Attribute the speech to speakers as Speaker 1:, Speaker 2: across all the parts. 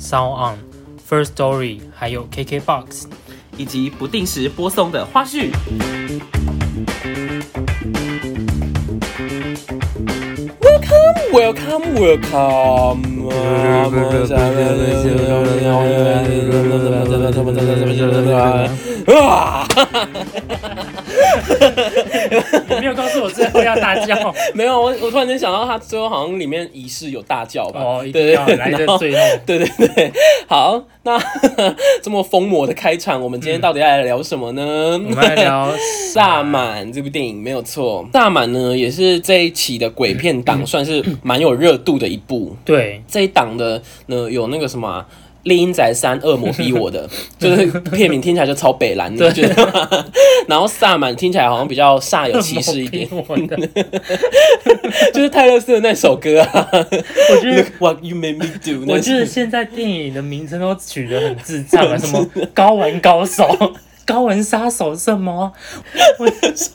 Speaker 1: Sound On、First Story，还有 KKBox。
Speaker 2: 以及不定时播送的花絮。Welcome, welcome, welcome. 啊！
Speaker 1: 你没有告诉我最后要大叫
Speaker 2: 没有，我我突然间想到，他最后好像里面仪式有大叫吧？
Speaker 1: 哦，一定
Speaker 2: 对
Speaker 1: 要
Speaker 2: 对，
Speaker 1: 来
Speaker 2: 然
Speaker 1: 个
Speaker 2: 后
Speaker 1: 最后。
Speaker 2: 对对对，好，那这么疯魔的开场，我们今天到底要来聊什么呢？
Speaker 1: 我们来聊
Speaker 2: 萨满这部电影没有错，萨满呢也是这一期的鬼片
Speaker 1: 嗯
Speaker 2: 档算是蛮有热度的一部。
Speaker 1: 对，，
Speaker 2: 这一档的呢有那个什么、啊。《猎鹰宅三》恶魔逼我的，就是片名听起来就超北蓝，你觉得吗？ 然后萨满听起来好像比较煞有其事一点
Speaker 1: 我的，
Speaker 2: 就是泰勒斯的那首歌啊
Speaker 1: 我 觉得。
Speaker 2: ，Look What You Made Me Do，
Speaker 1: 我
Speaker 2: 那
Speaker 1: 觉得现在电影的名称都取得很智 障啊，什么高玩高手、高玩杀手什么？ 我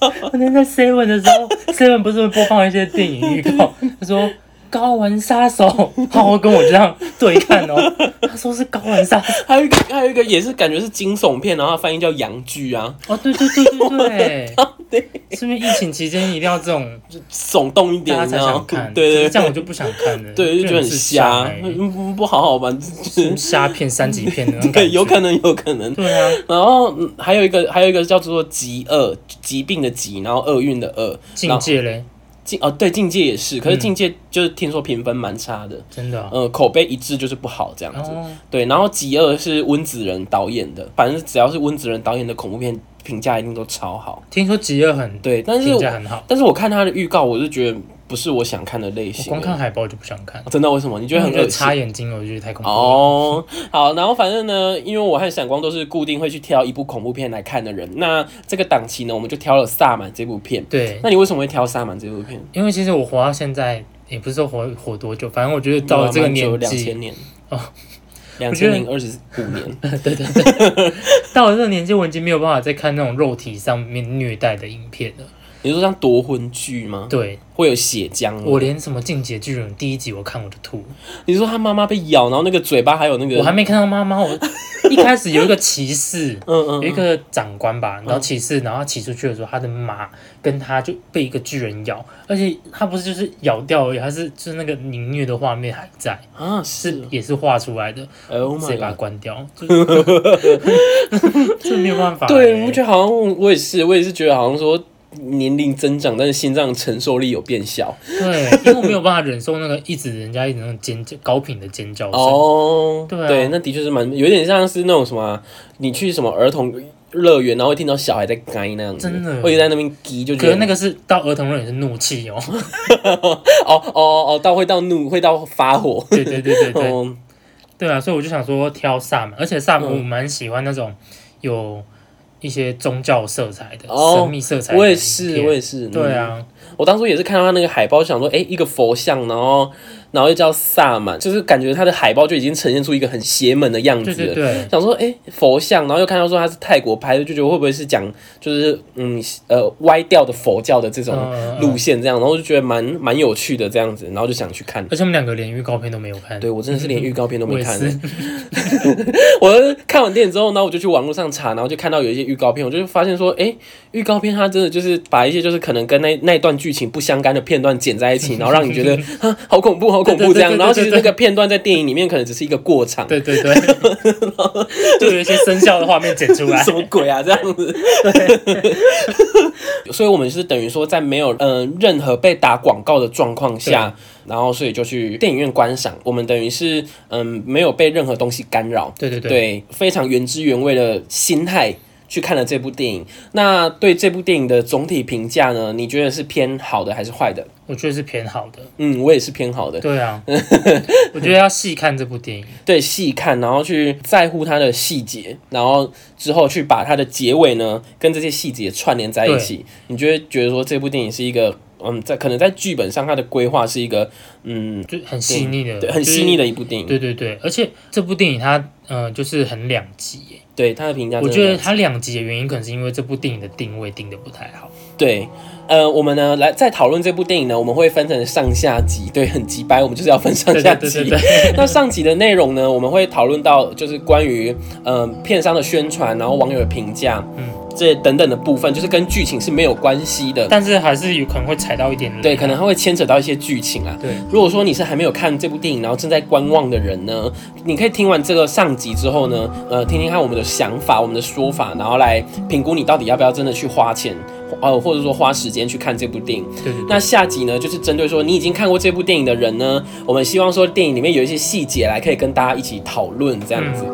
Speaker 1: 我那天在 Seven 的时候，Seven 不是会播放一些电影预 告，他说。高玩杀手，好好跟我这样对看哦。他说是高玩杀手，
Speaker 2: 还有一个，还有一个也是感觉是惊悚片，然后它翻译叫洋剧啊，
Speaker 1: 哦，对对对对对，是不是疫情期间一定要这种，
Speaker 2: 耸动一
Speaker 1: 大
Speaker 2: 点，
Speaker 1: 家
Speaker 2: 你
Speaker 1: 才
Speaker 2: 知道
Speaker 1: 想
Speaker 2: 吗？
Speaker 1: 看？
Speaker 2: 啊对对
Speaker 1: 这
Speaker 2: 对，
Speaker 1: 样我就不想看了，
Speaker 2: 对就觉得很瞎，
Speaker 1: 欸
Speaker 2: 嗯不好好玩，就是
Speaker 1: 瞎片、三级片的那种感
Speaker 2: 对，
Speaker 1: 觉，
Speaker 2: 有可能，有可能。
Speaker 1: 对啊，
Speaker 2: 然后嗯还有一个，还有一个叫做“疾厄”，疾病的疾，然后厄运的厄，
Speaker 1: 境界嘞，
Speaker 2: 境哦，对，境界也是，可是
Speaker 1: 嗯
Speaker 2: 境界就是听说评分蛮差的，
Speaker 1: 真的啊、
Speaker 2: 呃，口碑一致就是不好这样子。
Speaker 1: 哦，
Speaker 2: 对，然后《极恶》是温子仁导演的，反正只要是温子仁导演的恐怖片，评价一定都超好。
Speaker 1: 听说极恶很
Speaker 2: 对，但是
Speaker 1: 评
Speaker 2: 我
Speaker 1: 价很好，
Speaker 2: 但是我看他的预告，我就觉得不是我想看的类
Speaker 1: 我
Speaker 2: 型。
Speaker 1: 光看海报就不想看，
Speaker 2: 真的为什么？你觉
Speaker 1: 因
Speaker 2: 得
Speaker 1: 为
Speaker 2: 很
Speaker 1: 我觉
Speaker 2: 恶
Speaker 1: 得
Speaker 2: 心
Speaker 1: 擦？眼睛，我觉得太恐怖了。
Speaker 2: 哦，好，然后反正呢，因为我和闪光都是固定会去挑一部恐怖片来看的人，那这个档期呢，我们就挑了《萨满》这部片。
Speaker 1: 对，
Speaker 2: 那你为什么会挑《萨满》这部片？
Speaker 1: 因为其实我活到现在，也不是说活活多久，反正我觉得到了这个年
Speaker 2: 两
Speaker 1: 纪
Speaker 2: 千，年
Speaker 1: 哦，
Speaker 2: 两
Speaker 1: 我觉
Speaker 2: 千
Speaker 1: 得
Speaker 2: 零二十五年，
Speaker 1: 到了这个年纪，我已经没有办法再看那种肉体上面虐待的影片了。
Speaker 2: 你说像夺魂剧吗？
Speaker 1: 对
Speaker 2: 会有血浆吗？
Speaker 1: 我连什么《进阶巨人》第一集我看我就吐了，
Speaker 2: 你说他妈妈被咬，然后那个嘴巴还有那个，
Speaker 1: 我还没看到妈妈，我 一开始有一个骑士。
Speaker 2: 嗯嗯
Speaker 1: 有一
Speaker 2: 嗯，
Speaker 1: 个长官吧，然后骑士，然后他骑出去的时候，他的马跟他就被一个巨人咬，而且他不是就是咬掉而已，他是就是那个凌虐的画面还在，
Speaker 2: 啊
Speaker 1: 是
Speaker 2: 是
Speaker 1: 也是画出来的，
Speaker 2: ，Oh
Speaker 1: 直接
Speaker 2: my
Speaker 1: 把它
Speaker 2: god！
Speaker 1: 关掉，就 这没有办法欸、
Speaker 2: 对，我觉得好像我也是，我也是觉得好像说年龄增长，但是心脏承受力有变小
Speaker 1: 对，因为我没有办法忍受那个一直人家一直那种尖叫高频的尖叫声。
Speaker 2: 哦。
Speaker 1: 对啊
Speaker 2: 对，那的确是蛮有点像是那种什么啊，你去什么儿童乐园，然后会听到小孩在该那样子，
Speaker 1: 真的
Speaker 2: 我也在那边叽，就
Speaker 1: 可
Speaker 2: 觉得
Speaker 1: 是那个是到儿童乐园是怒气哦，
Speaker 2: 哦哦哦，到会到怒，会到发火。
Speaker 1: 对对对对 对
Speaker 2: 哦，
Speaker 1: 对啊，所以我就想说挑萨满，而且萨满
Speaker 2: 嗯
Speaker 1: 我蛮喜欢那种有一些宗教色彩的、
Speaker 2: 哦
Speaker 1: 神秘色彩的影片。
Speaker 2: 我也是，我也是。
Speaker 1: 对
Speaker 2: 嗯
Speaker 1: 啊，
Speaker 2: 我当初也是看到他那个海报，想说，哎、一个佛像，然后然后又叫萨满，就是感觉他的海报就已经呈现出一个很邪门的样子
Speaker 1: 对
Speaker 2: 了。
Speaker 1: 对对，
Speaker 2: 想说，哎、佛像，然后又看到说他是泰国拍的，就觉得会不会是讲就是嗯呃歪掉的佛教的这种
Speaker 1: 嗯
Speaker 2: 路线这样，然后就觉得蛮蛮有趣的这样子，然后就想去看。
Speaker 1: 而且我们两个连预告片都没有看。
Speaker 2: 对我真的是连预告片都
Speaker 1: 我
Speaker 2: 没
Speaker 1: 也
Speaker 2: 看，
Speaker 1: 是，
Speaker 2: 我看完电影之后，然后我就去网络上查，然后就看到有一些预告片，我就发现说，哎、预告片它真的就是把一些就是可能跟那那一段剧情不相干的片段剪在一起，然后让你觉 得啊好恐怖，好恐怖这样。
Speaker 1: 对对对对对
Speaker 2: 然后其实那个片段在电影里面可能只是一个过场，
Speaker 1: 对对 对，就有一些生肖的画面剪出来
Speaker 2: 什。么鬼啊这样子。所以我们是等于说在没有嗯、呃任何被打广告的状况下，然后所以就去电影院观赏。我们等于是嗯、没有被任何东西干扰，
Speaker 1: 对对对，
Speaker 2: 对，非常原汁原味的心态去看了这部电影。那对这部电影的总体评价呢？你觉得是偏好的还是坏的？
Speaker 1: 我觉得是偏好 的。
Speaker 2: 嗯，我也是偏好的。
Speaker 1: 对 啊，我觉得要细看这部电影。
Speaker 2: 对，细看，然后去在乎它的细节，然后之后去把它的结尾呢跟这些细节串联在一起，你就会觉得说这部电影是一个，嗯，在可能在剧本上它的规划是一个，嗯，
Speaker 1: 就很细腻的，
Speaker 2: 对，很
Speaker 1: 就是
Speaker 2: 细腻的一部电影。
Speaker 1: 对对对，而且这部电影它呃就是很两极耶，
Speaker 2: 对它的评价真
Speaker 1: 我
Speaker 2: 的，
Speaker 1: 觉得它两极的原因可能是因为这部电影的定位定的不太 好。
Speaker 2: 对。呃，我们呢来在讨论这部电影呢，我们会分成上下集，对，很急掰，我们就是要分上
Speaker 1: 对
Speaker 2: 下
Speaker 1: 对
Speaker 2: 集。
Speaker 1: 对对对，
Speaker 2: 那上集的内容呢，我们会讨论到就是关于呃片商的宣传，然后网友的评价，嗯
Speaker 1: 嗯，
Speaker 2: 这等等的部分，就是跟剧情是没有关系的。
Speaker 1: 但是还是有可能会踩到一点雷。
Speaker 2: 对，可能它会牵扯到一些剧情啊。
Speaker 1: 对，
Speaker 2: 如果说你是还没有看这部电影，然后正在观望的人呢，你可以听完这个上集之后呢，呃，听听看我们的想法、我们的说法，然后来评估你到底要不要真的去花钱，呃，或者说花时间去看这部电影。
Speaker 1: 对对对
Speaker 2: 那下集呢，就是针对说你已经看过这部电影的人呢，我们希望说电影里面有一些细节来可以跟大家一起讨论这样子。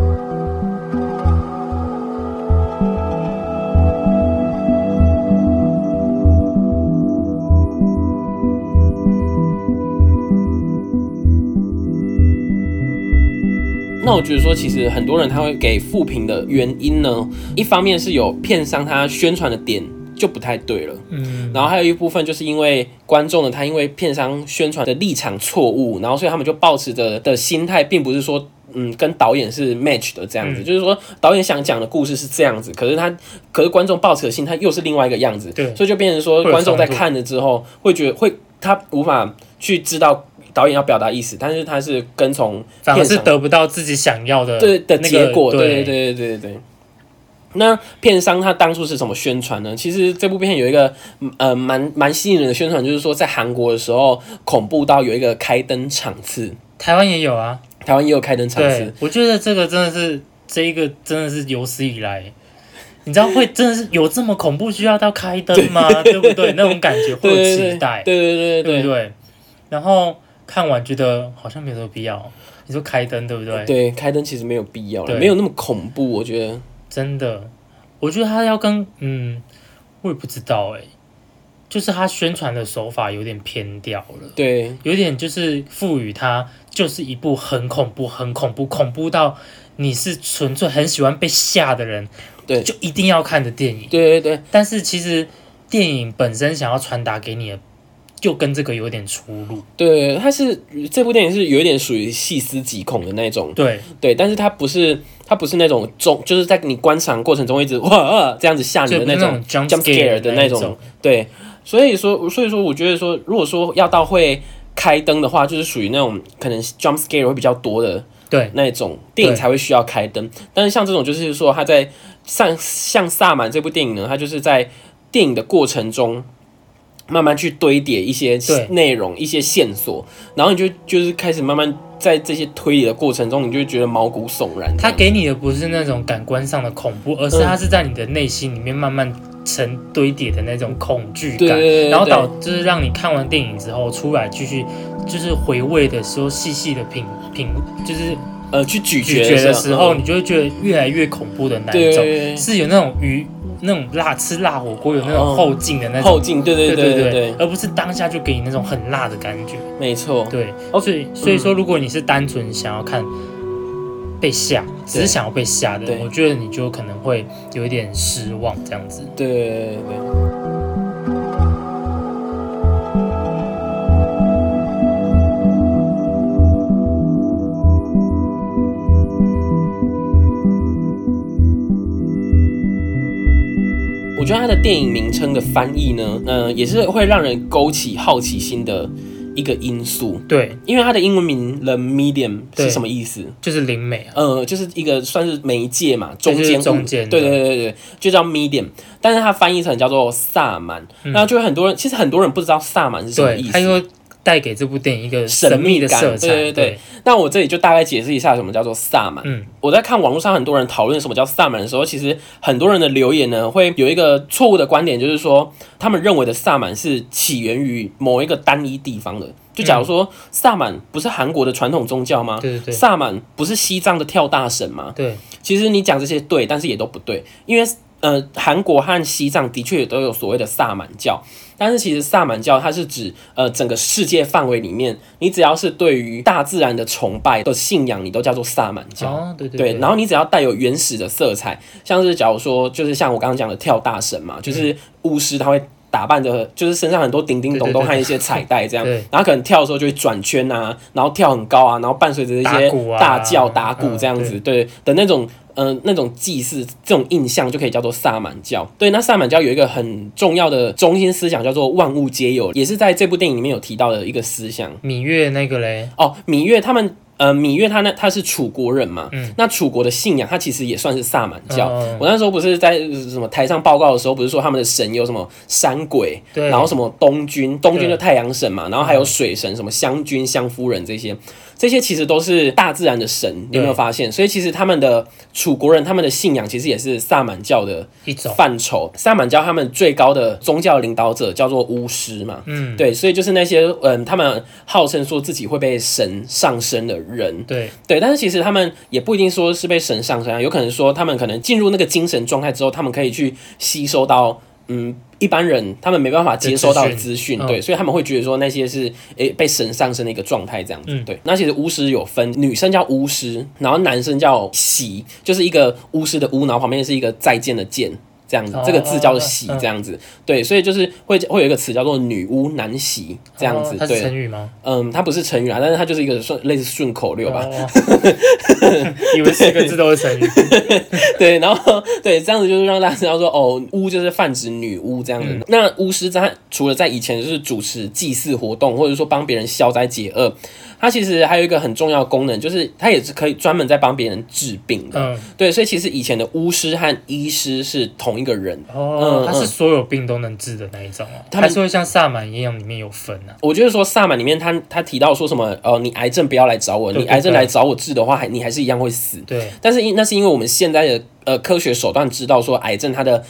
Speaker 2: 那我觉得说，其实很多人他会给负评的原因呢，一方面是有片商他宣传的点就不太对了，
Speaker 1: 嗯，
Speaker 2: 然后还有一部分就是因为观众呢，他因为片商宣传的立场错误，然后所以他们就抱持着的心态，并不是说。嗯，跟导演是 match 的这样
Speaker 1: 嗯
Speaker 2: 子，就是说导演想讲的故事是这样子，可是他，可是观众抱持的心态又是另外一个样子，
Speaker 1: 对
Speaker 2: 所以就变成说
Speaker 1: 会有
Speaker 2: 观众在
Speaker 1: 冲突
Speaker 2: 看了之后会觉得会他无法去知道导演要表达意思，但是他是跟从
Speaker 1: 反而
Speaker 2: 片
Speaker 1: 是
Speaker 2: 商
Speaker 1: 得不到自己想要的
Speaker 2: 对的
Speaker 1: 那个
Speaker 2: 结果，对
Speaker 1: 对
Speaker 2: 对对对对对。那片商他当初是怎么宣传呢？其实这部片有一个嗯呃蛮蛮吸引人的宣传，就是说在韩国的时候恐怖到有一个开灯场次，
Speaker 1: 台湾也有啊。
Speaker 2: 台湾也有开灯场
Speaker 1: 对
Speaker 2: 次，，
Speaker 1: 我觉得这个真的是这一个真的是有史以来。你知道会真的是有这么恐怖需要到开灯吗？对不对？那种感 觉会
Speaker 2: 对
Speaker 1: 有
Speaker 2: 对对
Speaker 1: 期待，
Speaker 2: 对对对
Speaker 1: 对
Speaker 2: 对
Speaker 1: 不对？然后看完觉得好像没有这个必要。你说开灯对不对？
Speaker 2: 对，开灯其实没有必要了，
Speaker 1: 对
Speaker 2: 没有那么恐怖，我觉得。
Speaker 1: 真的，我觉得他要跟嗯，我也不知道哎、就是他宣传的手法有点偏掉了，
Speaker 2: 对
Speaker 1: 有点就是赋予它就是一部很恐怖、很恐怖、恐怖到你是纯粹很喜欢被吓的人，
Speaker 2: 对
Speaker 1: 就一定要看的电影。
Speaker 2: 对对对
Speaker 1: 但是其实电影本身想要传达给你的，就跟这个有点出入。
Speaker 2: 对，它是这部电影是有一点属于细思极恐的那种，
Speaker 1: 对
Speaker 2: 对，但是它不是它不是那种中，就是在你观赏过程中一直哇啊这样子吓你
Speaker 1: 就
Speaker 2: 的
Speaker 1: 不是
Speaker 2: 种。
Speaker 1: 种 jump
Speaker 2: jump scare 的
Speaker 1: 的
Speaker 2: 那
Speaker 1: 一
Speaker 2: 种
Speaker 1: 种，
Speaker 2: 对，所以说，所以说，我觉得说，如果说要到会开灯的话，就是属于那种可能 jump scare 会比较多的
Speaker 1: 对
Speaker 2: 那种电影
Speaker 1: 对
Speaker 2: 才会需要开灯。但是像这种，就是说他在像像萨满这部电影呢，它就是在电影的过程中。慢慢去堆叠一些
Speaker 1: 对
Speaker 2: 内容、一些线索，然后你就就是开始慢慢在这些推理的过程中，你就会觉得毛骨悚然这
Speaker 1: 它
Speaker 2: 样。
Speaker 1: 给你的不是那种感官上的恐怖，而是它是在你的内心里面慢慢成堆叠的那种恐惧
Speaker 2: 对对
Speaker 1: 感，
Speaker 2: 对对，
Speaker 1: 然后
Speaker 2: 对
Speaker 1: 导就是让你看完电影之后出来继续就是回味的时候，细细的品品就是
Speaker 2: 呃去咀
Speaker 1: 咀
Speaker 2: 嚼
Speaker 1: 嚼的时候，
Speaker 2: 嗯
Speaker 1: 你就会觉得越来越恐怖的那
Speaker 2: 对
Speaker 1: 一
Speaker 2: 对
Speaker 1: 种，
Speaker 2: 对
Speaker 1: 是有那种鱼那种辣吃辣火锅有那
Speaker 2: 哦
Speaker 1: 种后劲的那
Speaker 2: 对
Speaker 1: 种。
Speaker 2: 后劲，对对
Speaker 1: 对
Speaker 2: 对对
Speaker 1: 对
Speaker 2: 对，
Speaker 1: 而不是当下就给你那种很辣的感觉。
Speaker 2: 没错，
Speaker 1: 对，
Speaker 2: 哦
Speaker 1: 所以所以说，如果你是单纯想要看被吓，只是想要被吓的
Speaker 2: 对，
Speaker 1: 我觉得你就可能会有一点失望这样子。
Speaker 2: 对对对对。我觉得它的电影名称的翻译呢，呃，也是会让人勾起好奇心的一个因素，
Speaker 1: 对，
Speaker 2: 因为它的英文名 The Medium 是
Speaker 1: 对
Speaker 2: 什么意思？
Speaker 1: 就是灵美啊，
Speaker 2: 呃，就是一个算是媒介嘛，中
Speaker 1: 就是
Speaker 2: 间物
Speaker 1: 中间的
Speaker 2: 对对对对对，就叫 medium，但是它翻译成叫做萨满，
Speaker 1: 嗯
Speaker 2: 然后就有很多人，其实很多人不知道萨满是什么
Speaker 1: 对
Speaker 2: 意，
Speaker 1: 它
Speaker 2: 思。
Speaker 1: 又带给这部电影一个
Speaker 2: 神
Speaker 1: 神
Speaker 2: 秘
Speaker 1: 秘
Speaker 2: 感
Speaker 1: 的色彩。
Speaker 2: 对对对那我这里就大概解释一下什么叫做萨满。
Speaker 1: 嗯，
Speaker 2: 我在看网络上很多人讨论什么叫萨满的时候，其实很多人的留言呢会有一个错误的观点，就是说他们认为的萨满是起源于某一个单一地方的。就假如说萨满不是韩国的传统宗教吗？
Speaker 1: 对对对
Speaker 2: 萨满不是西藏的跳大神吗？
Speaker 1: 对
Speaker 2: 其实你讲这些对，但是也都不对，因为呃，韩国和西藏的确也都有所谓的萨满教，但是其实萨满教它是指呃整个世界范围里面，你只要是对于大自然的崇拜的信仰，你都叫做萨满教。
Speaker 1: 哦，对对
Speaker 2: 对，然后你只要带有原始的色彩，像是假如说，就是像我刚刚讲的跳大神嘛，
Speaker 1: 嗯
Speaker 2: 就是巫师他会打扮的，就是身上很多叮叮咚咚
Speaker 1: 对对对
Speaker 2: 和一些彩带这样
Speaker 1: 对，
Speaker 2: 然后可能跳的时候就会转圈啊，然后跳很高啊，然后伴随着一
Speaker 1: 打
Speaker 2: 些
Speaker 1: 鼓啊
Speaker 2: 大叫、打鼓
Speaker 1: 嗯
Speaker 2: 这样子，对的那种。嗯、那种祭祀这种印象就可以叫做萨满教。对，那萨满教有一个很重要的中心思想，叫做万物皆有，也是在这部电影里面有提到的一个思想。
Speaker 1: 芈月那个嘞，
Speaker 2: 哦，芈月他们，呃，芈月她那她是楚国人嘛，那楚国的信仰，它其实也算是萨满教。
Speaker 1: 嗯
Speaker 2: 我那时候不是在呃什么台上报告的时候，不是说他们的神有什么山鬼，
Speaker 1: 对
Speaker 2: 然后什么东君，东君
Speaker 1: 对
Speaker 2: 就太阳神嘛，然后还有水神，什么湘君、湘夫人这些，这些其实都是大自然的神，你有没有
Speaker 1: 对
Speaker 2: 发现？所以其实他们的楚国人，他们的信仰其实也是萨满教的
Speaker 1: 一种
Speaker 2: 范畴。萨满教他们最高的宗教领导者叫做巫师嘛，
Speaker 1: 嗯，
Speaker 2: 对，所以就是那些嗯，他们号称说自己会被神上身的人，
Speaker 1: 对
Speaker 2: 对，但是其实他们也不一定说是被神上身啊，有可能说他们可能进入那个精神状态之后，他们可以去吸收到嗯一般人他们没办法接收到的
Speaker 1: 的资
Speaker 2: 资讯，
Speaker 1: 嗯
Speaker 2: 对，所以他们会觉得说那些是诶、被神上身的一个状态这样子，
Speaker 1: 嗯
Speaker 2: 对。那其实巫师有分，女生叫巫师，然后男生叫喜，就是一个巫师的巫，然后旁边是一个再见的见。这样子
Speaker 1: 哦，
Speaker 2: 这个字叫
Speaker 1: 哦
Speaker 2: 喜，
Speaker 1: 嗯
Speaker 2: 这样子，对，所以就是会会有一个词叫做女巫男喜，这样子
Speaker 1: 哦，它是
Speaker 2: 对，
Speaker 1: 成语吗？
Speaker 2: 嗯，它不是成语啊，但是它就是一个顺类似顺口溜吧，
Speaker 1: 哦， 以为四个字都是成语，
Speaker 2: 对，然后对，这样子就是让大家知道说，哦，巫就是泛指女巫这样子。
Speaker 1: 嗯
Speaker 2: 那巫师在除了在以前就是主持祭祀活动，或者说帮别人消灾解厄，它其实还有一个很重要的功能，就是它也是可以专门在帮别人治病的。
Speaker 1: 嗯，
Speaker 2: 对，所以其实以前的巫师和医师是同一个人。
Speaker 1: 哦
Speaker 2: 嗯，
Speaker 1: 它是所有病都能治的那一种哦，
Speaker 2: 他
Speaker 1: 还
Speaker 2: 们
Speaker 1: 是会像萨满一样里面有分啊？
Speaker 2: 我就是说，萨满里面他他提到说什么，呃，你癌症不要来找我，
Speaker 1: 对
Speaker 2: 你
Speaker 1: 对
Speaker 2: 癌症
Speaker 1: 对
Speaker 2: 来找我治的话，还你还是一样会死。
Speaker 1: 对，
Speaker 2: 但是因那是因为我们现在的呃科学手段知道说癌症它的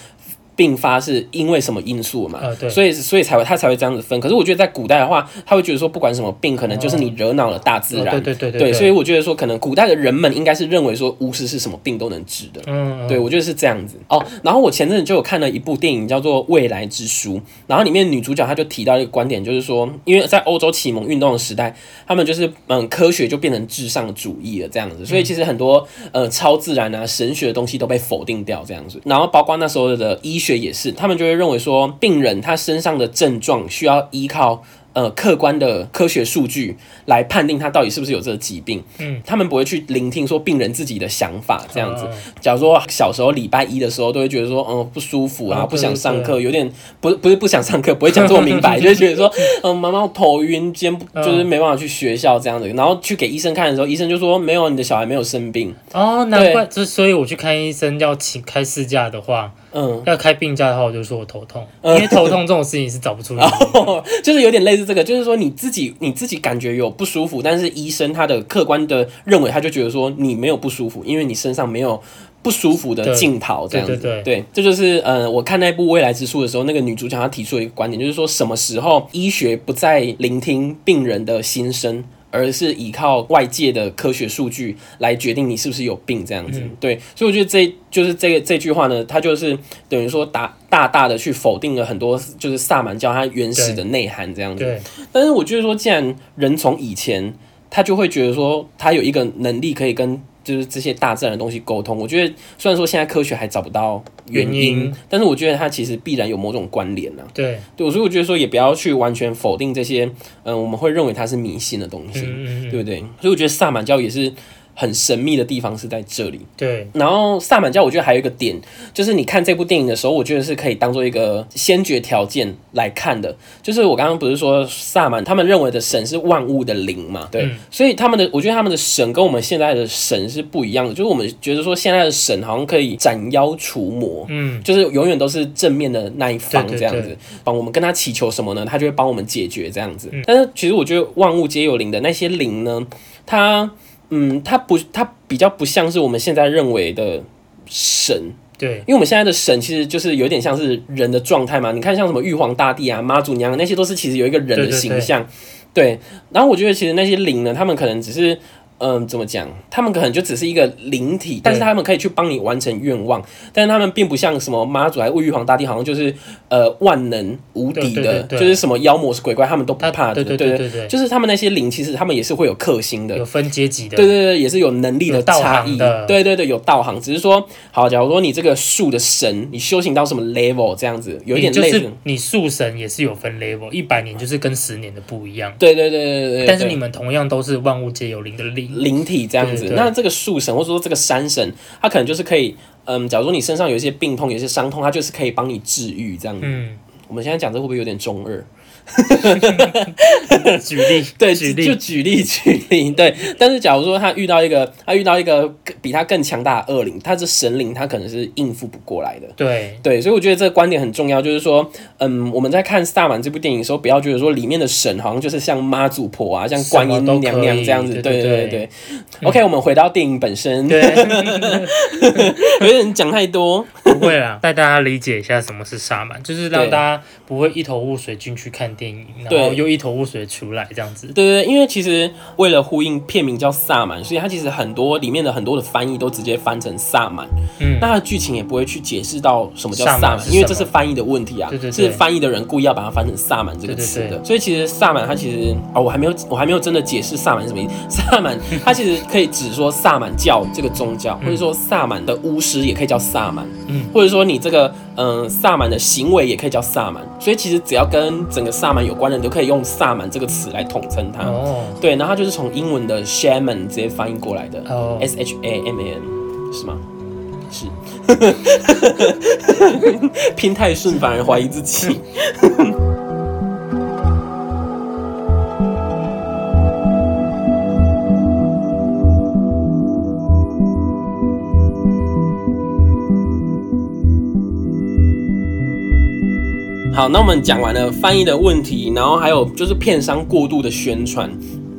Speaker 2: 并发是因为什么因素嘛，
Speaker 1: 呃，对，
Speaker 2: 所以所以才会他才会这样子分。可是我觉得在古代的话，他会觉得说不管什么病，可能就是你惹恼了大自然。
Speaker 1: 哦对对对对
Speaker 2: 对，所以我觉得说可能古代的人们应该是认为说巫师是什么病都能治的。
Speaker 1: 嗯，嗯
Speaker 2: 对，我觉得是这样子哦。然后我前阵子就有看了一部电影叫做《未来之书》，然后里面女主角她就提到一个观点，就是说，因为在欧洲启蒙运动的时代，他们就是嗯，科学就变成至上主义了这
Speaker 1: 嗯
Speaker 2: 样子，所以其实很多呃超自然啊、神学的东西都被否定掉这样子。然后包括那时候的医学也是，他们就会认为说，病人他身上的症状需要依靠。呃，客观的科学数据来判定他到底是不是有这个疾病，
Speaker 1: 嗯，
Speaker 2: 他们不会去聆听说病人自己的想法这样子，
Speaker 1: 嗯
Speaker 2: 假如说小时候礼拜一的时候，都会觉得说，嗯，不舒服啊，
Speaker 1: 哦对
Speaker 2: 不想上课，有点不不是不想上课，不会讲这么明 白，就会觉得说，嗯，妈妈我头晕，今天不
Speaker 1: 嗯
Speaker 2: 就是没办法去学校这样子。然后去给医生看的时候，医生就说没有，你的小孩没有生病。
Speaker 1: 哦，难怪，之所以我去看医生要请开事假的话，
Speaker 2: 嗯，
Speaker 1: 要开病假的话，我就说我头痛，因为头痛这种事情是找不出 原
Speaker 2: 哦
Speaker 1: 因的。
Speaker 2: 就是有点类似这个，就是说你自己你自己感觉有不舒服，但是医生他的客观的认为，他就觉得说你没有不舒服，因为你身上没有不舒服的
Speaker 1: 对
Speaker 2: 镜头这样子。
Speaker 1: 对对
Speaker 2: 这就是呃，我看那部《未来之书》的时候，那个女主角她提出了一个观点，就是说什么时候医学不再聆听病人的心声。而是依靠外界的科学数据来决定你是不是有病这样子，对，所以我觉得这就是这个这句话呢，它就是等于说大大大的去否定了很多就是萨满教它原始的内涵这样子。
Speaker 1: 对，
Speaker 2: 但是我觉得说，既然人从以前他就会觉得说，他有一个能力可以跟就是这些大自然的东西沟通。我觉得虽然说现在科学还找不到原因，
Speaker 1: 原因
Speaker 2: 但是我觉得它其实必然有某种关联呢、啊。
Speaker 1: 对，
Speaker 2: 对，所以我觉得说也不要去完全否定这些，嗯、我们会认为它是迷信的东西，
Speaker 1: 嗯嗯嗯，
Speaker 2: 对不对？所以我觉得萨满教也是很神秘的地方是在这里。
Speaker 1: 对，
Speaker 2: 然后萨满教，我觉得还有一个点，就是你看这部电影的时候，我觉得是可以当做一个先决条件来看的。就是我刚刚不是说萨满他们认为的神是万物的灵嘛？对，
Speaker 1: 嗯
Speaker 2: 所以他们的我觉得他们的神跟我们现在的神是不一样的。就是我们觉得说现在的神好像可以斩妖除魔，
Speaker 1: 嗯，
Speaker 2: 就是永远都是正面的那一方
Speaker 1: 对对
Speaker 2: 这样
Speaker 1: 对
Speaker 2: 子。帮我们跟他祈求什么呢？他就会帮我们解决这样子。
Speaker 1: 嗯
Speaker 2: 但是其实我觉得万物皆有灵的那些灵呢，它嗯，它不，它比较不像是我们现在认为的神。
Speaker 1: 对，
Speaker 2: 因为我们现在的神其实就是有点像是人的状态嘛。你看，像什么玉皇大帝啊、妈祖娘娘那些，都是其实有一个人
Speaker 1: 对
Speaker 2: 的
Speaker 1: 对
Speaker 2: 形
Speaker 1: 对
Speaker 2: 象。对，然后我觉得其实那些灵呢，他们可能只是嗯，怎么讲？他们可能就只是一个灵体，但是他们可以去帮你完成愿望，但是他们并不像什么妈祖还是玉皇大帝，好像就是呃万能无敌
Speaker 1: 对
Speaker 2: 的
Speaker 1: 对，对
Speaker 2: 就是什么妖魔是鬼怪，他们都不
Speaker 1: 他
Speaker 2: 怕的。
Speaker 1: 对对
Speaker 2: 对
Speaker 1: 对对对
Speaker 2: 就是他们那些灵，其实他们也是会有克星的，
Speaker 1: 有分阶级的，
Speaker 2: 对对对，也是有能力的
Speaker 1: 有道
Speaker 2: 差
Speaker 1: 行
Speaker 2: 异
Speaker 1: 的。
Speaker 2: 对对对，有道行，只是说，好，假如说你这个树的神，你修行到什么 level 这样子，有一
Speaker 1: 你
Speaker 2: 点
Speaker 1: 就
Speaker 2: 类似。
Speaker 1: 是你树神也是有分 level，一百年就是跟十年的不一样，
Speaker 2: 对对对对对对。
Speaker 1: 但是
Speaker 2: 对
Speaker 1: 你们同样都是万物皆有灵的灵，
Speaker 2: 灵体这样子。
Speaker 1: 对对
Speaker 2: 那这个树神或者说这个山神，他可能就是可以，嗯，假如说你身上有一些病痛、有一些伤痛，他就是可以帮你治愈这样子。
Speaker 1: 嗯，
Speaker 2: 我们现在讲这会不会有点中二？
Speaker 1: 举例，
Speaker 2: 对，
Speaker 1: 举
Speaker 2: 就
Speaker 1: 例，
Speaker 2: 举例举例，对。但是假如说他遇到一个，他遇到一个更比他更强大的恶灵，他是神灵，他可能是应付不过来的。
Speaker 1: 对，
Speaker 2: 对，所以我觉得这个观点很重要，就是说，嗯，我们在看《萨满》这部电影的时候，不要觉得说里面的神好像就是像妈祖婆啊，像观音
Speaker 1: 什么都可以
Speaker 2: 娘娘这样子。
Speaker 1: 对
Speaker 2: 对对
Speaker 1: 对
Speaker 2: 对。OK，我们回到电影本身，
Speaker 1: 对，
Speaker 2: 有点讲太多。
Speaker 1: 不会啦，带大家理解一下什么是沙满，就是让
Speaker 2: 对
Speaker 1: 大家不会一头雾水进去看电影，然后
Speaker 2: 对
Speaker 1: 又一头雾水出来这样子。
Speaker 2: 对对，对因为其实为了呼应片名叫萨满，所以它其实很多里面的很多的翻译都直接翻成萨满，
Speaker 1: 嗯
Speaker 2: 那，它的剧情也不会去解释到什么叫
Speaker 1: 萨满
Speaker 2: 萨
Speaker 1: 是
Speaker 2: 满，
Speaker 1: 什么
Speaker 2: 因为这是翻译的问题啊，
Speaker 1: 对对对
Speaker 2: 是翻译的人故意要把它翻成萨满这个
Speaker 1: 对对
Speaker 2: 词的。
Speaker 1: 对
Speaker 2: 所以其实萨满它其实哦，我还没有我还没有真的解释萨满是什么意思。萨 满它其实可以指说萨满教这个宗教，或者说萨满的巫师也可以叫萨满，
Speaker 1: 嗯，
Speaker 2: 或者说你这个嗯、呃萨满的行为也可以叫萨满。所以其实只要跟整个萨满有关的，你都可以用萨满这个词来统称它。
Speaker 1: 哦，
Speaker 2: 对，然后它就是从英文的 shaman 直接翻译过来的、
Speaker 1: 哦
Speaker 2: s H A M A N 是吗？是， 拼太顺反而怀疑自己。好，那我们讲完了翻译的问题，然后还有就是片商过度的宣传，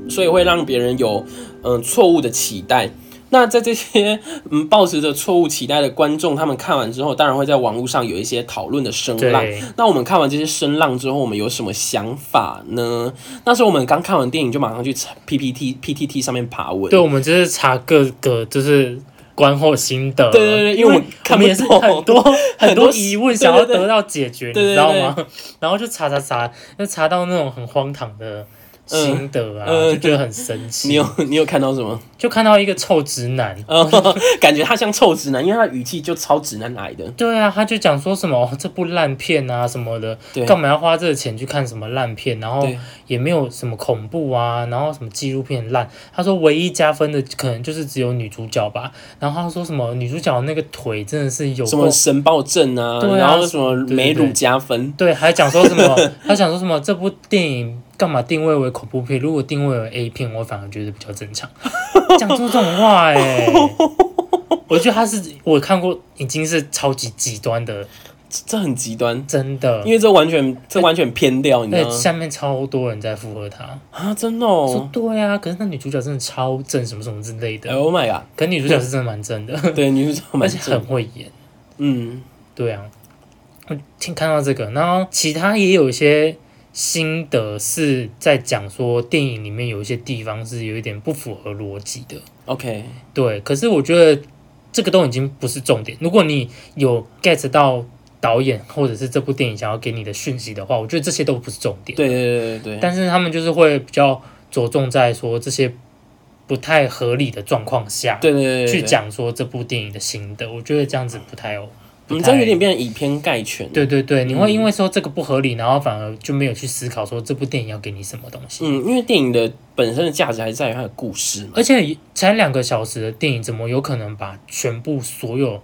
Speaker 2: 所以会让别人有嗯错误的期待。那在这些嗯抱持着错误期待的观众，他们看完之后，当然会在网络上有一些讨论的声浪
Speaker 1: 对。
Speaker 2: 那我们看完这些声浪之后，我们有什么想法呢？那时候我们刚看完电影，就马上去 PPT、PTT 上面爬文。
Speaker 1: 对，我们就是查各个就是观后心得。
Speaker 2: 对对对因为
Speaker 1: 因
Speaker 2: 我
Speaker 1: 为
Speaker 2: 们看不
Speaker 1: 们也是
Speaker 2: 懂
Speaker 1: 很多很多疑问想要
Speaker 2: 对对对
Speaker 1: 得到解决，
Speaker 2: 对对
Speaker 1: 你知道吗？然后就查查查，就查到那种很荒唐的。心得啊，
Speaker 2: 嗯
Speaker 1: 就觉得很神
Speaker 2: 你
Speaker 1: 奇。
Speaker 2: 有你有看到什么？
Speaker 1: 就看到一个臭直男，
Speaker 2: 呃， 感觉他像臭直男，因为他的语气就超直男癌的。
Speaker 1: 对啊，他就讲说什么、哦这部烂片啊什么的，
Speaker 2: 对
Speaker 1: 干嘛要花这个钱去看什么烂片？然后
Speaker 2: 对
Speaker 1: 也没有什么恐怖啊，然后什么纪录片烂。他说唯一加分的可能就是只有女主角吧。然后他说什么女主角那个腿真的是有
Speaker 2: 什
Speaker 1: 够
Speaker 2: 么，神暴症啊，
Speaker 1: 对啊
Speaker 2: 然后什么
Speaker 1: 对对
Speaker 2: 美乳加分，
Speaker 1: 对，还讲说什么， 他讲说什么这部电影干嘛定位为恐怖片？如果定位为 A 片，我反而觉得比较正 常。讲出这种话哎、我觉得他是我看过已经是超级极端的，
Speaker 2: 这这很极端，
Speaker 1: 真的。
Speaker 2: 因为这完全这完全偏掉，你知
Speaker 1: 对，
Speaker 2: 道吗？
Speaker 1: 哎下面超多人在附和他，
Speaker 2: 啊，真的
Speaker 1: 说
Speaker 2: 哦
Speaker 1: 对啊，可是那女主角真的超正，什么什么之类的。
Speaker 2: ，Oh my god，
Speaker 1: 可女主角是真的蛮 正的，
Speaker 2: 对，你是这么
Speaker 1: 而且
Speaker 2: 正
Speaker 1: 很，会演。
Speaker 2: 嗯，
Speaker 1: 对啊，我听看到这个，然后其他也有一些心得是在讲说电影里面有一些地方是有一点不符合逻辑的。
Speaker 2: ，OK，
Speaker 1: 对，可是我觉得这个都已经不是重点。如果你有 get 到导演或者是这部电影想要给你的讯息的话，我觉得这些都不是重点。
Speaker 2: 对对对对对，
Speaker 1: 但是他们就是会比较着重在说这些不太合理的状况下，
Speaker 2: 对对对对
Speaker 1: 去，讲说这部电影的心得。我觉得这样子不太哦，
Speaker 2: 对
Speaker 1: 不
Speaker 2: 嗯，
Speaker 1: 太
Speaker 2: 这样有点变嗯成以偏概全，
Speaker 1: 对对对，你会因为说这个不合理，然后反而就没有去思考说这部电影要给你什么东西。
Speaker 2: 嗯，因为电影的本身的价值还是在于它的故事嘛，
Speaker 1: 而且才两个小时的电影，怎么有可能把全部所有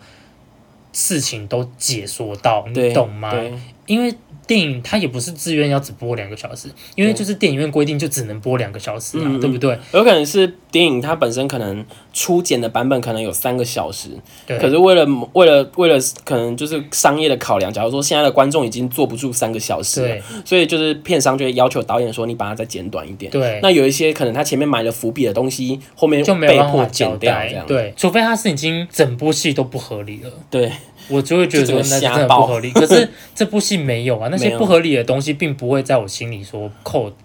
Speaker 1: 事情都解说到？
Speaker 2: 对，
Speaker 1: 你懂吗？
Speaker 2: 对，
Speaker 1: 因为电影它也不是自愿要只播两个小时，因为
Speaker 2: 对
Speaker 1: 就是电影院规定就只能播两个小时
Speaker 2: 嗯
Speaker 1: 嘛，
Speaker 2: 嗯
Speaker 1: 对不对？
Speaker 2: 有可能是电影它本身可能初剪的版本可能有三个小时，
Speaker 1: 对
Speaker 2: 可是为了为了为了可能就是商业的考量，假如说现在的观众已经坐不住三个小时了，
Speaker 1: 对
Speaker 2: 所以就是片商就会要求导演说你把它再剪短一点。
Speaker 1: 对，
Speaker 2: 那有一些可能他前面埋了伏笔的东西，后面
Speaker 1: 就没有
Speaker 2: 被
Speaker 1: 办法
Speaker 2: 迫
Speaker 1: 交
Speaker 2: 剪掉这
Speaker 1: 代
Speaker 2: 样。。
Speaker 1: 对，除非他是已经整部戏都不合理了，
Speaker 2: 对
Speaker 1: 我就会觉得
Speaker 2: 就整个
Speaker 1: 说那是真
Speaker 2: 瞎
Speaker 1: 的
Speaker 2: 爆
Speaker 1: 不合理。可是这部戏没有啊，那
Speaker 2: 没
Speaker 1: 些
Speaker 2: 有
Speaker 1: 不合理的东西并不会在我心里说扣就是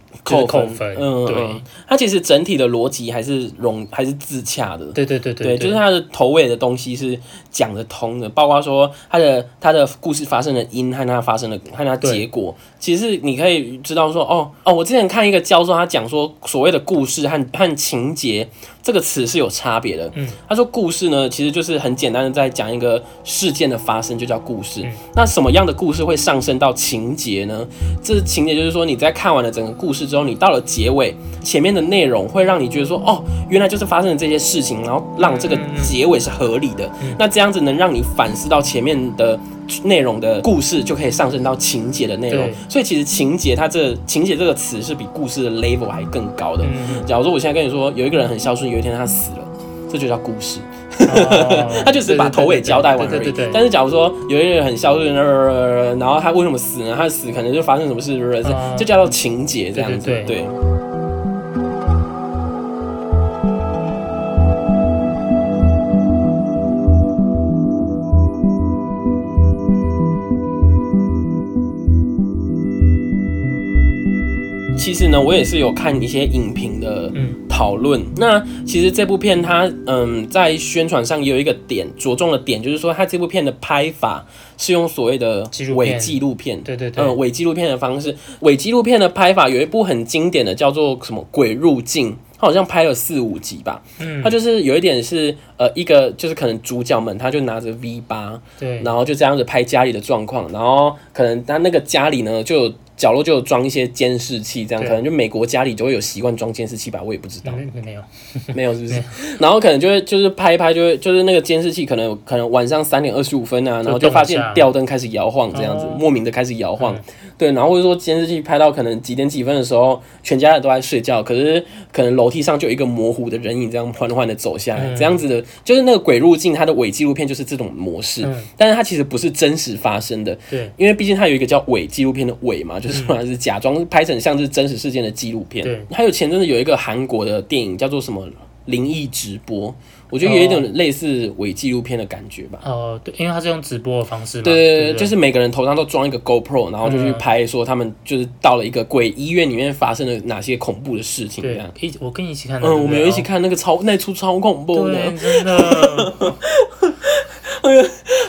Speaker 2: 扣
Speaker 1: 扣分
Speaker 2: 嗯，
Speaker 1: 对
Speaker 2: 嗯它其实整体的逻辑还是融还是自洽的，
Speaker 1: 对对对
Speaker 2: 对，
Speaker 1: 对
Speaker 2: 就是它的头尾的东西是讲得通的，包括说它的它的故事发生的因和它发生的和它
Speaker 1: 对
Speaker 2: 结果，其实你可以知道说，哦哦，我之前看一个教授他讲说，所谓的故事和和情节这个词是有差别的。
Speaker 1: 嗯，
Speaker 2: 他说故事呢，其实就是很简单的在讲一个事件的发生，就叫故事。那什么样的故事会上升到情节呢？这情节就是说你在看完了整个故事之后，你到了结尾，前面的内容会让你觉得说，哦，原来就是发生了这些事情，然后让这个结尾是合理
Speaker 1: 嗯
Speaker 2: 的。那这样子能让你反思到前面的内容的故事，就可以上升到情节的内容
Speaker 1: 对。
Speaker 2: 所以其实情节它这情节这个词是比故事的 level 还更高的。
Speaker 1: 嗯，
Speaker 2: 假如说我现在跟你说有一个人很孝顺，有一天他死了，这就叫故事。
Speaker 1: 哦
Speaker 2: 他就只是把头尾交代完而
Speaker 1: 对对
Speaker 2: 已
Speaker 1: 对。对
Speaker 2: 但是假如说有一个人很孝顺，呃然后他为什么死呢？他死可能就发生什么事，呃
Speaker 1: 嗯
Speaker 2: 就叫做情节这样子。
Speaker 1: 对对
Speaker 2: 对。其实呢，我也是有看一些影评的
Speaker 1: 嗯
Speaker 2: 讨论。那其实这部片它，嗯，在宣传上也有一个点着重的点，就是说它这部片的拍法是用所谓的
Speaker 1: 纪录片
Speaker 2: 伪纪录片，
Speaker 1: 对对对
Speaker 2: 嗯，伪纪录片的方式，伪纪录片的拍法有一部很经典的叫做什么《鬼入境》，它好像拍了四五集吧。
Speaker 1: 嗯
Speaker 2: 它就是有一点是呃，一个就是可能主角们他就拿着 V 八，
Speaker 1: 对，
Speaker 2: 然后就这样子拍家里的状况，然后可能他那个家里呢就有角落就有装一些监视器，这样
Speaker 1: 对
Speaker 2: 可能就美国家里就会有习惯装监视器吧，我也不知道，
Speaker 1: 没没有，
Speaker 2: 没有是不是？然后可能就会就是拍一拍，就会就是那个监视器可能有可能晚上三点二十五分啊，然后就发现
Speaker 1: 动一下
Speaker 2: 吊灯开始摇晃这样子
Speaker 1: 哦，
Speaker 2: 莫名的开始摇晃
Speaker 1: 嗯，
Speaker 2: 对，然后或者说监视器拍到可能几点几分的时候，全家人都在睡觉，可是可能楼梯上就有一个模糊的人影这样缓缓的走下来，
Speaker 1: 嗯
Speaker 2: 这样子的，就是那个鬼入境它的伪纪录片就是这种模式，
Speaker 1: 嗯，
Speaker 2: 但是它其实不是真实发生的，
Speaker 1: 对
Speaker 2: 因为毕竟它有一个叫伪纪录片的伪嘛，就是说它是假装拍成像是真实事件的纪录片。
Speaker 1: 嗯对，
Speaker 2: 还有前阵子有一个韩国的电影叫做什么灵异直播，我觉得有一点类似伪纪录片的感觉吧。
Speaker 1: 哦对，因为它是用直播的方式嘛，
Speaker 2: 对
Speaker 1: 对
Speaker 2: 对对，
Speaker 1: 不
Speaker 2: 就是每个人头上都装一个 GoPro，然后就去
Speaker 1: 嗯
Speaker 2: 拍说他们就是到了一个鬼医院里面发生了哪些恐怖的事情这
Speaker 1: 对
Speaker 2: 样。
Speaker 1: 一我跟你一起看的，
Speaker 2: 嗯，
Speaker 1: 对不
Speaker 2: 我们
Speaker 1: 对
Speaker 2: 有一起。看那个超那出超恐怖的，
Speaker 1: 对，真的，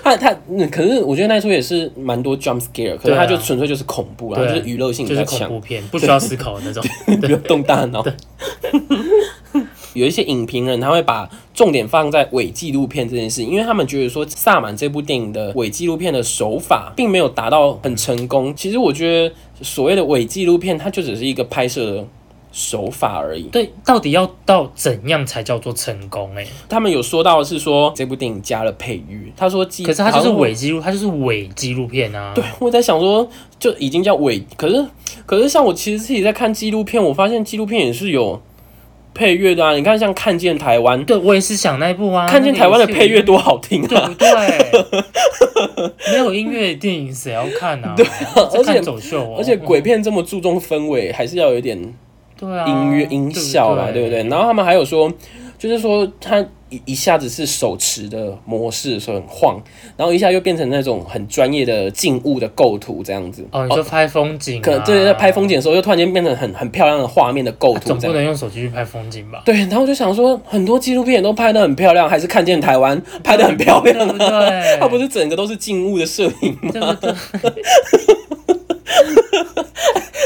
Speaker 2: 他他，嗯可是我觉得那出也是蛮多 jump scare，可是
Speaker 1: 对啊
Speaker 2: 他就纯粹就是恐怖啊，
Speaker 1: 对
Speaker 2: 就是娱乐性
Speaker 1: 就
Speaker 2: 比
Speaker 1: 是
Speaker 2: 较
Speaker 1: 恐
Speaker 2: 强，
Speaker 1: 怖片，不需要思考的 那种。
Speaker 2: 不用动大脑。 有一些影评人他会把重点放在伪纪录片这件事，因为他们觉得说《萨满》这部电影的伪纪录片的手法并没有达到很成功。其实我觉得所谓的伪纪录片，它就只是一个拍摄的手法而已。
Speaker 1: 对，到底要到怎样才叫做成功、欸？
Speaker 2: 他们有说到的是说这部电影加了配乐，他说
Speaker 1: 可是它就是
Speaker 2: 好像
Speaker 1: 伪纪录，它就是伪纪录片啊。
Speaker 2: 对，我在想说，就已经叫伪，可是可是像我其实自己在看纪录片，我发现纪录片也是有配乐的啊。你看像《看见台湾》
Speaker 1: 对，我也是想那一部啊，
Speaker 2: 看见台湾的配乐多好听
Speaker 1: 对
Speaker 2: 啊！
Speaker 1: 不对？没有音乐的电影谁要看 啊？对
Speaker 2: 而且
Speaker 1: 看走秀 哦，
Speaker 2: 而且鬼片这么注重氛围，还是要有一点
Speaker 1: 对啊，
Speaker 2: 音乐音效嘛，
Speaker 1: 吧，
Speaker 2: 对不对？然后他们还有说，就是说他一一下子是手持的模式，所以很晃，然后一下又变成那种很专业的静物的构图这样子。
Speaker 1: 哦，你说拍风景、啊，
Speaker 2: 可能对在拍风景的时候，又突然间变成很很漂亮的画面的构图
Speaker 1: 总
Speaker 2: 这样。
Speaker 1: 不能用手机去拍风景吧？
Speaker 2: 对，然后我就想说，很多纪录片都拍得很漂亮，还是看见台 湾拍得很漂亮
Speaker 1: 对不
Speaker 2: 啊。
Speaker 1: 对？
Speaker 2: 它不是整个都是静物的摄影吗？
Speaker 1: 对不对？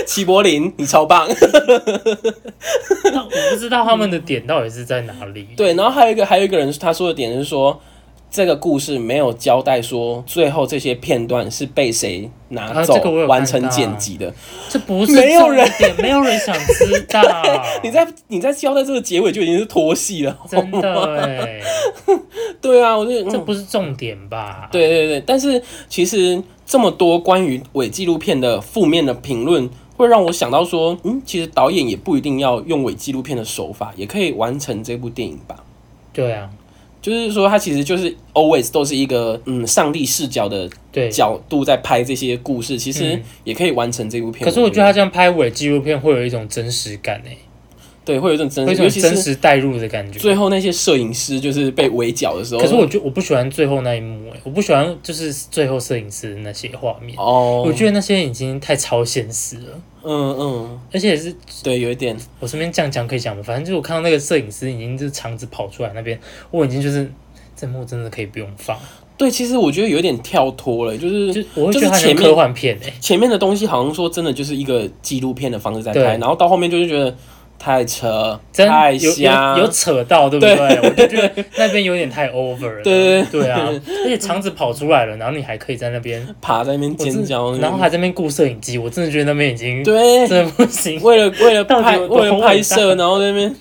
Speaker 2: 齐柏林，你超棒。
Speaker 1: 那我不知道他们的点到底是在哪里。
Speaker 2: 对，然后还有一个还有一个人他说的点是说，这个故事没有交代说最后这些片段是被谁拿
Speaker 1: 啊
Speaker 2: 走、
Speaker 1: 这个我有
Speaker 2: 完
Speaker 1: 看
Speaker 2: 成
Speaker 1: 到
Speaker 2: 剪辑的。
Speaker 1: 这不是
Speaker 2: 没有人
Speaker 1: 重点，没有人想知道。
Speaker 2: 你在你在交代这个结尾就已经是拖戏了。
Speaker 1: 真的哎、
Speaker 2: 对啊，我就嗯
Speaker 1: 这不是重点吧？
Speaker 2: 对对对，但是其实这么多关于伪纪录片的负面的评论，会让我想到说，嗯，其实导演也不一定要用伪纪录片的手法，也可以完成这部电影吧。
Speaker 1: 对啊，
Speaker 2: 就是说，它其实就是 always 都是一个嗯上帝视角的
Speaker 1: 对。
Speaker 2: 角度在拍这些故事，其实
Speaker 1: 嗯
Speaker 2: 也可以完成这部片。
Speaker 1: 可是我觉得他这样拍伪纪录片会有一种真实感哎、
Speaker 2: 对，会有一种真
Speaker 1: 有
Speaker 2: 实，
Speaker 1: 一种
Speaker 2: 嗯尤其
Speaker 1: 真
Speaker 2: 是
Speaker 1: 实代入的感觉。
Speaker 2: 最后那些摄影师就是被围剿的时候。
Speaker 1: 可是我就我不喜欢最后那一幕、欸，我不喜欢就是最后摄影师的那些画面，
Speaker 2: 哦，
Speaker 1: 我觉得那些已经太超现实了，
Speaker 2: 嗯嗯，
Speaker 1: 而且是
Speaker 2: 对，有一点，
Speaker 1: 我身边这样讲可以讲吗？反正就是我看到那个摄影师已经就是肠子跑出来那边，我已经就是这幕真的可以不用放，
Speaker 2: 对，其实我觉得有点跳脱了，就是
Speaker 1: 就我会
Speaker 2: 就是
Speaker 1: 觉得它
Speaker 2: 前
Speaker 1: 像
Speaker 2: 面
Speaker 1: 科幻片哎、
Speaker 2: 前面的东西好像说真的就是一个纪录片的方式在
Speaker 1: 对
Speaker 2: 拍，然后到后面就是觉得太扯、
Speaker 1: 真
Speaker 2: 太
Speaker 1: 有
Speaker 2: 瞎
Speaker 1: 有，有扯到对不对？我就觉得那边有点太 over 了，
Speaker 2: 对
Speaker 1: 对啊，而且肠子跑出来了，然后你还可以在那边
Speaker 2: 爬在那边
Speaker 1: 我真
Speaker 2: 尖叫，
Speaker 1: 然后还在那边顾摄影机，我真的觉得那边已经
Speaker 2: 对，
Speaker 1: 真的不行，
Speaker 2: 为了为了
Speaker 1: 到底
Speaker 2: 拍
Speaker 1: 有多
Speaker 2: 为了拍摄，
Speaker 1: 伟大
Speaker 2: 然后在那边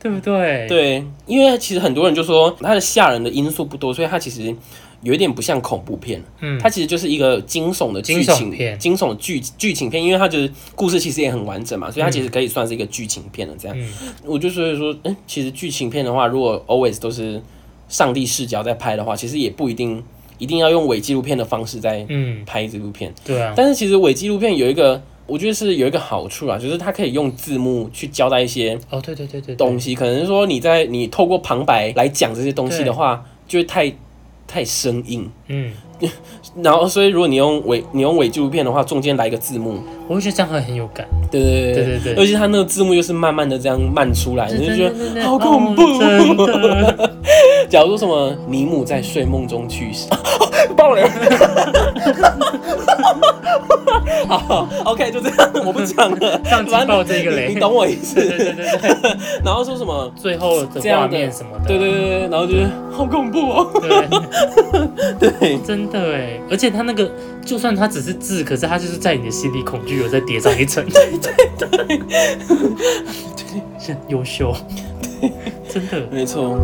Speaker 1: 对不对？
Speaker 2: 对，因为其实很多人就说它的吓人的因素不多，所以它其实有一点不像恐怖片，
Speaker 1: 嗯
Speaker 2: 它其实就是一个惊悚的剧
Speaker 1: 惊悚
Speaker 2: 情
Speaker 1: 片
Speaker 2: 惊悚的剧剧情片，因为它就是故事其实也很完整嘛，所以它其实可以算是一个剧情片了。这样，
Speaker 1: 嗯
Speaker 2: 我就所以说，嗯，其实剧情片的话，如果 always 都是上帝视角在拍的话，其实也不一定一定要用伪纪录片的方式在
Speaker 1: 嗯，
Speaker 2: 拍这部片。
Speaker 1: 对啊，
Speaker 2: 但是其实伪纪录片有一个，我觉得是有一个好处啊，就是它可以用字幕去交代一些
Speaker 1: 哦，对对对对，对
Speaker 2: 东西，可能是说你在你透过旁白来讲这些东西的话，就会太太生硬。
Speaker 1: 嗯，
Speaker 2: 然后，所以如果你用伪你用伪纪录片的话，中间来一个字幕，
Speaker 1: 我会觉得这样很很有感，
Speaker 2: 对对
Speaker 1: 对对
Speaker 2: 而
Speaker 1: 对。
Speaker 2: 且它那个字幕又是慢慢的这样慢出来，你就觉得。
Speaker 1: 得
Speaker 2: 好恐怖
Speaker 1: 哦真 的。
Speaker 2: 假如说什么尼姆在睡梦中去 世，爆雷！ 好，OK，就这样，我不讲 了。
Speaker 1: 上集爆这个
Speaker 2: 你
Speaker 1: 雷
Speaker 2: 你懂我意思
Speaker 1: 对。对对对对，
Speaker 2: 然后说什么？
Speaker 1: 最后的
Speaker 2: 这样
Speaker 1: 画
Speaker 2: 的
Speaker 1: 面什么的，
Speaker 2: 对对对对，然后就是好恐怖哦。
Speaker 1: 对，
Speaker 2: 对，
Speaker 1: 真的哎，而且他那个，就算他只是字，可是他就是在你的心里恐惧有再叠上一 层，对对对， 优秀，真的，
Speaker 2: 没错。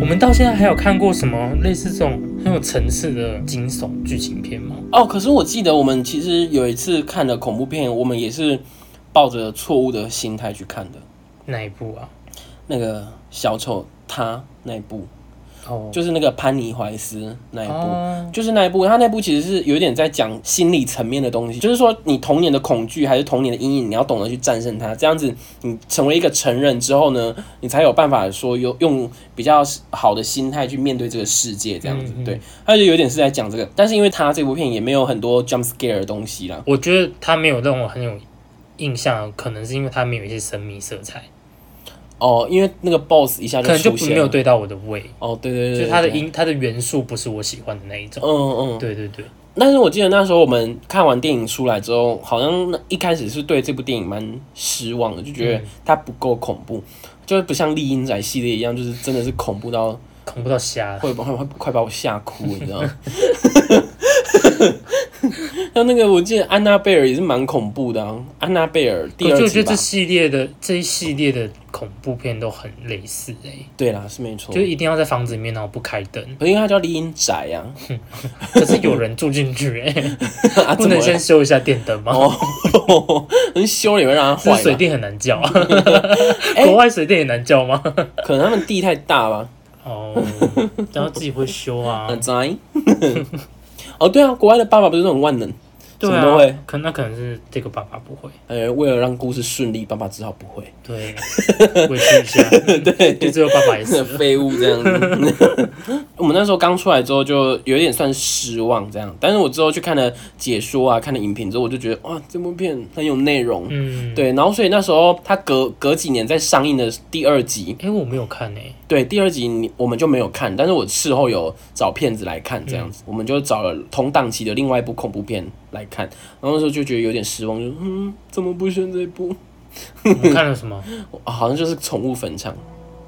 Speaker 1: 我们到现在还有看过什么类似这种很有层次的惊悚剧情片吗？
Speaker 2: 哦，可是我记得我们其实有一次看的恐怖片，我们也是抱着错误的心态去看的。
Speaker 1: 哪一部啊？
Speaker 2: 那个小丑他那一部，
Speaker 1: 哦，
Speaker 2: 就是那个潘尼怀斯那一部。
Speaker 1: 哦，
Speaker 2: 就是那一部，他那部其实是有点在讲心理层面的东西，就是说你童年的恐惧还是童年的阴影，你要懂得去战胜它。这样子，你成为一个成人之后呢，你才有办法说用用比较好的心态去面对这个世界。这样子，
Speaker 1: 嗯嗯
Speaker 2: 对，他就有点是在讲这个。但是因为他这部片也没有很多 jump scare 的东西啦，
Speaker 1: 我觉得他没有让我很有印象，可能是因为他没有一些神秘色彩，
Speaker 2: 哦，因为那个 boss 一下
Speaker 1: 可能
Speaker 2: 出
Speaker 1: 就不
Speaker 2: 现
Speaker 1: 没有
Speaker 2: 了，
Speaker 1: 对到我的胃，
Speaker 2: 哦，对对对
Speaker 1: 就
Speaker 2: 对，
Speaker 1: 是它的
Speaker 2: 啊对，
Speaker 1: 音、它的元素不是我喜欢的那一种。
Speaker 2: 嗯嗯。
Speaker 1: 对对对，
Speaker 2: 但是我记得那时候我们看完电影出来之后，好像那一开始是对这部电影蛮失望的，就觉
Speaker 1: 嗯
Speaker 2: 得它不够恐怖，就是不像《丽英仔》系列一样，就是真的是恐怖到
Speaker 1: 恐怖到瞎了。
Speaker 2: 会把会会快把我吓哭，你知道吗？那那个我记得安娜贝尔也是蛮恐怖的、啊，安娜贝尔第
Speaker 1: 可是
Speaker 2: 二
Speaker 1: 我
Speaker 2: 集
Speaker 1: 觉得
Speaker 2: 吧
Speaker 1: 哦这？系列的这一系列的恐怖片都很类似哎、
Speaker 2: 对啦，是没错
Speaker 1: 就。是一定要在房子里面然后不开灯，
Speaker 2: 可是因为它叫丽英仔啊，
Speaker 1: 可是有人住进去哎、
Speaker 2: 啊
Speaker 1: 不
Speaker 2: 怎么
Speaker 1: 能
Speaker 2: 了
Speaker 1: 先修一下电灯吗？
Speaker 2: 哦，能修了 也会让它
Speaker 1: 这
Speaker 2: 哦坏哎
Speaker 1: 水
Speaker 2: 嘛？
Speaker 1: 电很难叫啊， 国外水电也难 叫吗？
Speaker 2: 可能他们地太大吧。
Speaker 1: 哦，然后自己会修 啊
Speaker 2: 很，宅。哦，对啊，国外的爸爸不是都很万能？
Speaker 1: 对
Speaker 2: 什么都会
Speaker 1: 啊，可那可能是这个爸爸不会，
Speaker 2: 呃，为了让故事顺利，爸爸只好不会。
Speaker 1: 对，啊委屈一下，
Speaker 2: 对，
Speaker 1: 就最后爸爸也 死了，
Speaker 2: 废物这样子。 我们那时候刚出来之后，就有点算失望这样。但是我之后去看了解说啊，看了影评之后，我就觉得哇，这部片很有内容。
Speaker 1: 嗯，
Speaker 2: 对，然后所以那时候他隔隔几年在上映的第二集，
Speaker 1: 哎，我没有看 哎，
Speaker 2: 对第二集你我们就没有看，但是我事后有找片子来看，这样
Speaker 1: 嗯
Speaker 2: 子、我们就找了同档期的另外一部恐怖片来看，然后那时候就觉得有点失望，就嗯，怎么不选这一部？
Speaker 1: 我们看了什么？
Speaker 2: 哦好像就是《宠物坟场》。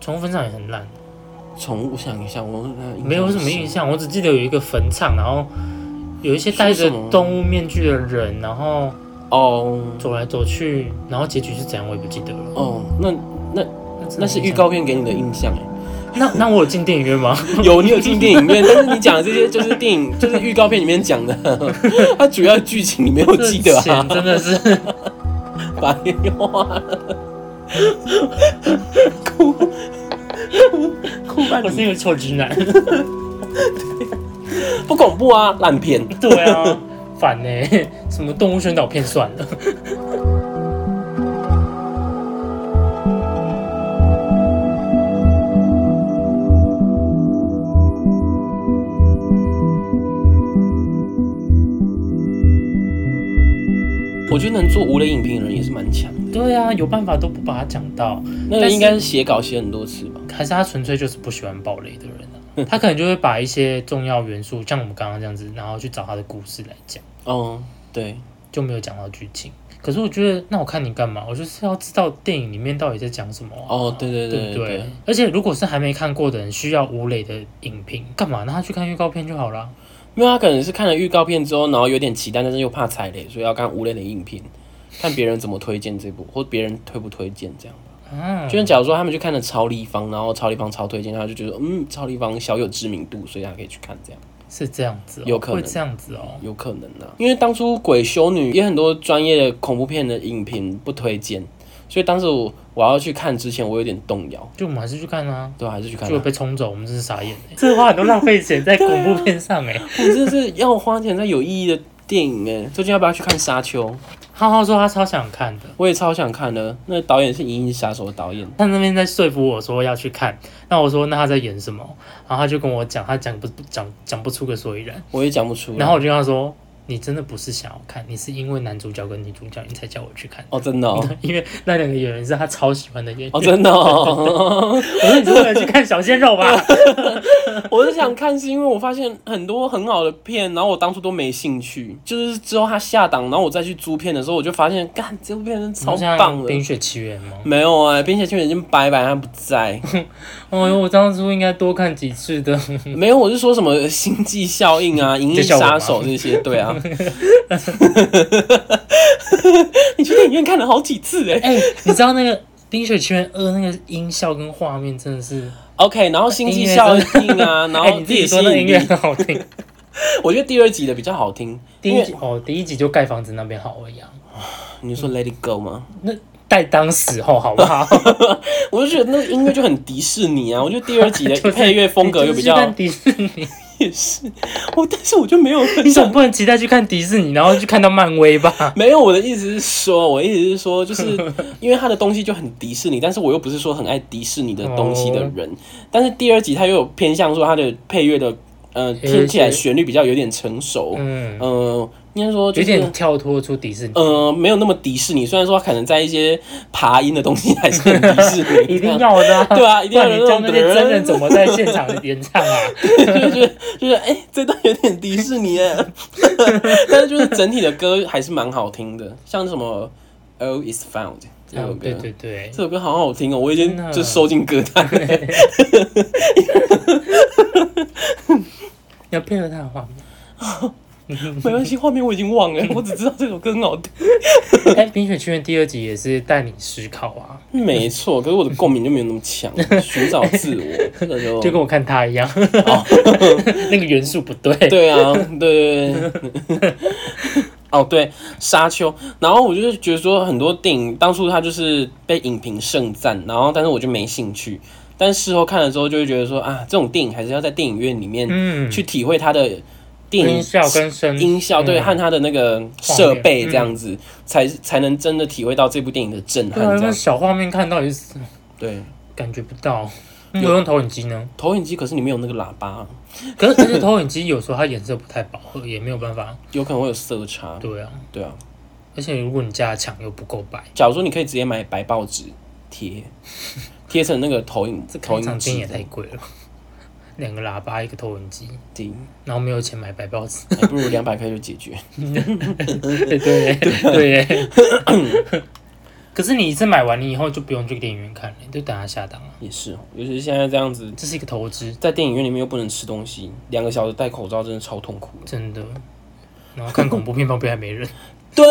Speaker 1: 宠物坟场也很烂，
Speaker 2: 宠物，我想一下，我那
Speaker 1: 没有什么印。象，我只记得有一个坟场，然后有一些戴
Speaker 2: 说什
Speaker 1: 着
Speaker 2: 么
Speaker 1: 动物面具的人，然后
Speaker 2: 哦
Speaker 1: 走来走去，然后结局是怎样我也不记得了。
Speaker 2: 哦，那
Speaker 1: 真的
Speaker 2: 那是
Speaker 1: 印
Speaker 2: 预
Speaker 1: 象，
Speaker 2: 告片给你的印 象哎。
Speaker 1: 那那我有进电影院 吗？
Speaker 2: 有，你有进电影院，但是你讲的这些就是电影，就是预告片里面讲的， 它主要剧情你没有记得
Speaker 1: 这钱
Speaker 2: 啊，
Speaker 1: 真的是
Speaker 2: 白花了，哭。 酷吧
Speaker 1: 我是
Speaker 2: 你
Speaker 1: 一个臭直男。
Speaker 2: 不恐怖啊，烂片。
Speaker 1: 对啊，烦呢、什么动物宣导片算了。
Speaker 2: 我觉得能做无雷影评的人也是蛮强的，
Speaker 1: 对啊，有办法都不把它讲到，
Speaker 2: 那
Speaker 1: 但
Speaker 2: 个
Speaker 1: 是
Speaker 2: 应该是写稿写很多次吧。
Speaker 1: 还是他纯粹就是不喜欢暴雷的人
Speaker 2: 嗯
Speaker 1: 啊。他可能就会把一些重要元素，像我们刚刚这样子，然后去找他的故事来讲，
Speaker 2: 哦，对，
Speaker 1: 就没有讲到剧情。可是我觉得，那我看你干嘛？我就是要知道电影里面到底在讲什么啊、
Speaker 2: 哦，对对
Speaker 1: 对
Speaker 2: 对
Speaker 1: 不对？而且如果是还没看过的人，需要吴磊的影评，干嘛？那他去看预告片就好啦。
Speaker 2: 因为他可能是看了预告片之后，然后有点期待，但是又怕踩雷，所以要看无雷的影片，看别人怎么推荐这部，或别人推不推荐这样。
Speaker 1: 啊，
Speaker 2: 就像假如说他们去看了超立方，然后超立方超推荐，他就觉得嗯，超立方小有知名度，所以他可以去看这样，
Speaker 1: 是这样子、哦，
Speaker 2: 有可能
Speaker 1: 会这样子哦。
Speaker 2: 有可能啊。因为当初鬼修女也很多专业的恐怖片的影评不推荐，所以当时我我要去看之前，我有点动摇，
Speaker 1: 就我们还是去看啊，
Speaker 2: 对，还是去看
Speaker 1: 就
Speaker 2: 啊。
Speaker 1: 被冲走，我们真是傻眼、 欸。这话很多浪费钱在恐怖片上哎、
Speaker 2: 我真的是要花钱在有意义的电影哎、最近要不要去看《沙丘》？
Speaker 1: 浩浩说他超想看的，
Speaker 2: 我也超想看的。那导演是《银翼杀手》的导演，
Speaker 1: 他那边在说服我说要去看，那我说那他在演什么？然后他就跟我讲，他讲不讲讲不出个所以然。
Speaker 2: 我也讲不出来。
Speaker 1: 然后我就跟他说，你真的不是想要看，你是因为男主角跟女主角你才叫我去看。
Speaker 2: 哦，真的哦，
Speaker 1: 因为那两个演员是他超喜欢的演员，
Speaker 2: 哦，真的哦。
Speaker 1: 我说你是为了去看小鲜肉吧？
Speaker 2: 我是想看，是因为我发现很多很好的片，然后我当初都没兴趣，就是之后他下档，然后我再去租片的时候，我就发现，干这部片真的超
Speaker 1: 好像
Speaker 2: 棒
Speaker 1: 冰
Speaker 2: 的。
Speaker 1: 雪奇缘》吗？
Speaker 2: 没有哎、冰雪奇缘已经拜拜，他不在。
Speaker 1: 哦哟，我当初应该多看几次的。
Speaker 2: 没有，我是说什么星际效应啊、银翼杀手这些，对 啊。你去电影院看了好几次哎、
Speaker 1: 哎、你知道那个《冰雪奇缘二》那个音效跟画面真的是，
Speaker 2: OK，然后星际效应啊，然
Speaker 1: 哎、
Speaker 2: 后
Speaker 1: 你自
Speaker 2: 猎吸
Speaker 1: 己说那个
Speaker 2: 引
Speaker 1: 音乐
Speaker 2: 力，
Speaker 1: 很 好听。
Speaker 2: 我觉得第二集的比较好听。
Speaker 1: 第
Speaker 2: 因
Speaker 1: 一
Speaker 2: 为
Speaker 1: 集哦，第一集就盖房子那边好而已啊，
Speaker 2: 你说 Let It Go 吗？
Speaker 1: 那待当时候好 不好？
Speaker 2: 我就觉得那个音乐就很迪士尼啊，我觉得第二集
Speaker 1: 就是
Speaker 2: 的配乐风格又比较
Speaker 1: 你就是去看迪士尼，
Speaker 2: 也是，我但是我就没有很
Speaker 1: 你总
Speaker 2: 想，
Speaker 1: 不能期待去看迪士尼，然后去看到漫威吧？
Speaker 2: 没有我的意思是说，我的意思是说，就是因为他的东西就很迪士尼，但是我又不是说很爱迪士尼的东西的人，
Speaker 1: 哦
Speaker 2: 但是第二集他又有偏向说他的配乐的，呃，
Speaker 1: 有一
Speaker 2: 听起来
Speaker 1: 些
Speaker 2: 旋律比较有点成熟，
Speaker 1: 嗯，
Speaker 2: 呃，应该说就
Speaker 1: 有
Speaker 2: 是
Speaker 1: 点跳脱出迪士尼，
Speaker 2: 呃，没有那么迪士尼。虽然说它可能在一些爬音的东西还是很迪士尼，
Speaker 1: 一定要的、啊。
Speaker 2: 对啊，一定要
Speaker 1: 不然
Speaker 2: 有
Speaker 1: 你教
Speaker 2: 那
Speaker 1: 那
Speaker 2: 种
Speaker 1: 些真人怎么在现场演唱啊？
Speaker 2: 就是觉得就是哎、这段有点迪士尼耶， 但是就是整体的歌还是蛮好听的，像什么《All Is Found》这首 歌。
Speaker 1: 嗯对对对
Speaker 2: 这，首歌好好听哦，我已经
Speaker 1: 真的
Speaker 2: 就收进歌单 了。
Speaker 1: 你要配合他的画面。
Speaker 2: 没关系，画面我已经忘 了，我只知道这首歌很好听。
Speaker 1: 哎，《冰雪奇缘》第二集也是带你思考啊，
Speaker 2: 没错，可是我的共鸣就没有那么 强，寻找自我，这个就
Speaker 1: 就跟我看他一样， 那个元素不哦对。
Speaker 2: 对啊，对对对。 哦，对，《沙丘》，然后我就是觉得说，很多电影当初它就是被影评盛赞，然后但是我就没兴趣，但事后看了之后就会觉得说啊，这种电影还是要在电影院里面
Speaker 1: 嗯，
Speaker 2: 去体会它的电影
Speaker 1: 音效跟声
Speaker 2: 音效，对，
Speaker 1: 嗯
Speaker 2: 和它的那个设备这样子，才才能真的体会到这部电影的震
Speaker 1: 对
Speaker 2: 撼
Speaker 1: 啊，
Speaker 2: 这
Speaker 1: 那
Speaker 2: 样。
Speaker 1: 小画面看到底是
Speaker 2: 对，
Speaker 1: 感觉不到。
Speaker 2: 有
Speaker 1: 有用投影机呢，
Speaker 2: 投影机可是你没有那个喇叭，
Speaker 1: 可是而且投影机有时候它颜色不太饱和，也没有办法。
Speaker 2: 有可能会有色差。
Speaker 1: 对啊，
Speaker 2: 对啊，
Speaker 1: 而且如果你家的墙又不够白，
Speaker 2: 假如说你可以直接买白报纸 贴，贴成那个投影
Speaker 1: 这
Speaker 2: 投
Speaker 1: 看一
Speaker 2: 影
Speaker 1: 场电影
Speaker 2: 纸
Speaker 1: 也太贵了，两个喇叭一个投影机，
Speaker 2: 钉，
Speaker 1: 然后没有钱买白报纸。
Speaker 2: 还不如两百块就解决。
Speaker 1: 对对对。 可是你一次买完，你以后就不用去电影院看了，你就等它下档了。
Speaker 2: 也是哦，尤其是现在这样子，
Speaker 1: 这是一个投资，
Speaker 2: 在电影院里面又不能吃东西，两个小时戴口罩真的超痛苦的。
Speaker 1: 真的。然后看恐怖片旁边还没人，
Speaker 2: 对，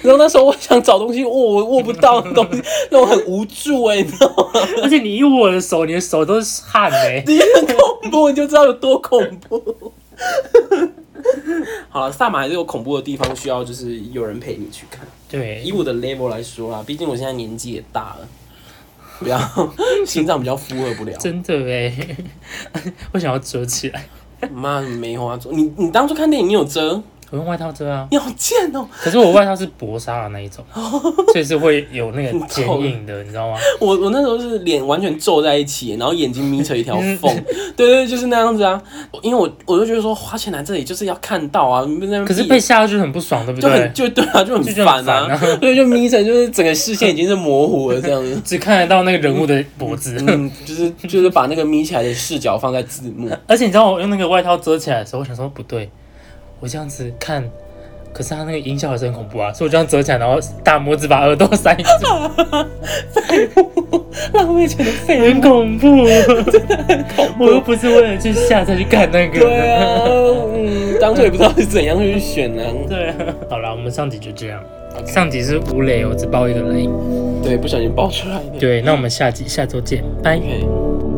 Speaker 2: 然后那时候我想找东西握，我握不到东西，那我很无助哎、你知道吗？
Speaker 1: 而且你一握我的手，你的手都是汗欸 嘞、
Speaker 2: 你很 恐怖，你就知道有多恐怖。好了，萨满还是有恐怖的地方，需要就是有人陪你去看。
Speaker 1: 对
Speaker 2: 以，我的 level 来说啦，毕竟我现在年纪也大了，不要心脏比较负荷不 了。
Speaker 1: 真的哎，我想要折起来，
Speaker 2: 妈，梅花座，你你当初看电影你有遮？
Speaker 1: 我用外套遮啊。
Speaker 2: 你好贱哦！
Speaker 1: 可是我外套是薄纱的那一种，所以是会有那个剪影的，你知道吗？
Speaker 2: 我我那时候是脸完全皱在一起，然后眼睛眯成一条
Speaker 1: 嗯
Speaker 2: 缝，对对，就是那样子啊。因为我我就觉得说花钱来这里就是要看到啊，你不在那边
Speaker 1: 可是
Speaker 2: 闭
Speaker 1: 被吓到就很不爽，对不
Speaker 2: 就很
Speaker 1: 对？
Speaker 2: 就对啊，就很
Speaker 1: 就觉得
Speaker 2: 烦
Speaker 1: 很
Speaker 2: 啊，
Speaker 1: 烦 啊
Speaker 2: 对，就眯成就是整个视线已经是模糊了这样子。
Speaker 1: 只看得到那个人物的脖子，
Speaker 2: 嗯，就是就是把那个眯起来的视角放在字幕，
Speaker 1: 而且你知道我用那个外套遮起来的时候，我想说不对，我这样子看，可是它那个音效还是很恐怖啊，所以我这样遮起来，然后大拇指把耳朵塞住，
Speaker 2: 浪费钱的废
Speaker 1: 很恐怖，我又不是为了去下再去看那个
Speaker 2: 对
Speaker 1: 的。
Speaker 2: 啊，嗯，当初也不知道是怎样去选呢、
Speaker 1: 对啊，好啦，我们上集就这样。上集是无雷，我只爆一个雷。
Speaker 2: 对，不小心爆出来的。
Speaker 1: 对，那我们下集下周见，拜。
Speaker 2: OK。